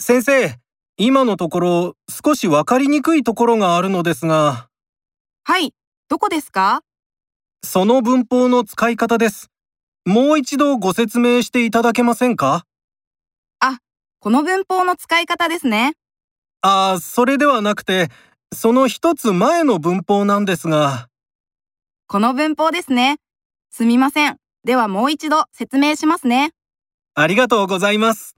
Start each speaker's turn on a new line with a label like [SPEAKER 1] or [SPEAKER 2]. [SPEAKER 1] 先生、今のところ少しわかりにくいところがあるのですが、
[SPEAKER 2] はい、どこですか
[SPEAKER 1] その文法の使い方です。もう一度ご説明していただけませんか
[SPEAKER 2] あ、この文法の使い方ですね。
[SPEAKER 1] ああ、それではなくて、その一つ前の文法なんですが。
[SPEAKER 2] この文法ですね。すみません。ではもう一度説明しますね。
[SPEAKER 1] ありがとうございます。